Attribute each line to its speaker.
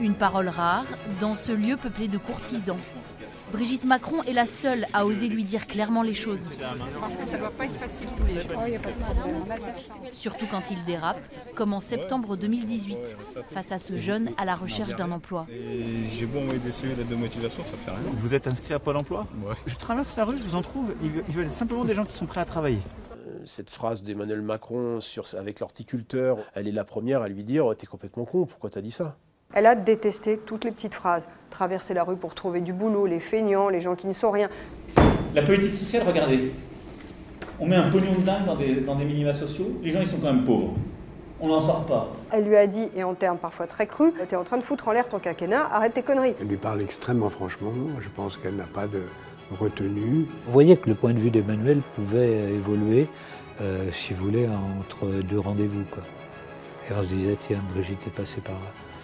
Speaker 1: Une parole rare dans ce lieu peuplé de courtisans. Brigitte Macron est la seule à oser lui dire clairement les choses.
Speaker 2: Parce que ça ne doit pas être facile tous les jours.
Speaker 1: Surtout quand il dérape, comme en septembre 2018, face à ce jeune à la recherche d'un emploi.
Speaker 3: Et J'ai beau envoyer des CV de motivation, ça fait rien.
Speaker 4: Vous êtes inscrit à Pôle emploi
Speaker 3: Ouais.
Speaker 4: Je traverse la rue, je vous en trouve. Ils ve- ils veulent simplement des gens qui sont prêts à travailler.
Speaker 5: cette phrase d'Emmanuel Macron sur, avec l'horticulteur, elle est la première à lui dire T'es complètement con, pourquoi t'as dit ça
Speaker 6: Elle a détesté toutes les petites phrases. Traverser la rue pour trouver du boulot, les feignants, les gens qui ne sont rien.
Speaker 7: La politique sociale, regardez. On met un pognon de dingue dans des, dans des minima sociaux. Les gens, ils sont quand même pauvres. On n'en sort pas.
Speaker 6: Elle lui a dit, et en termes parfois très crus, t'es en train de foutre en l'air ton quinquennat, arrête tes conneries.
Speaker 8: Elle lui parle extrêmement franchement. Je pense qu'elle n'a pas de retenue.
Speaker 9: Vous voyez que le point de vue d'Emmanuel pouvait euh, évoluer, euh, si vous voulez, entre deux rendez-vous. Quoi. Et on se disait, tiens, Brigitte est passée par là.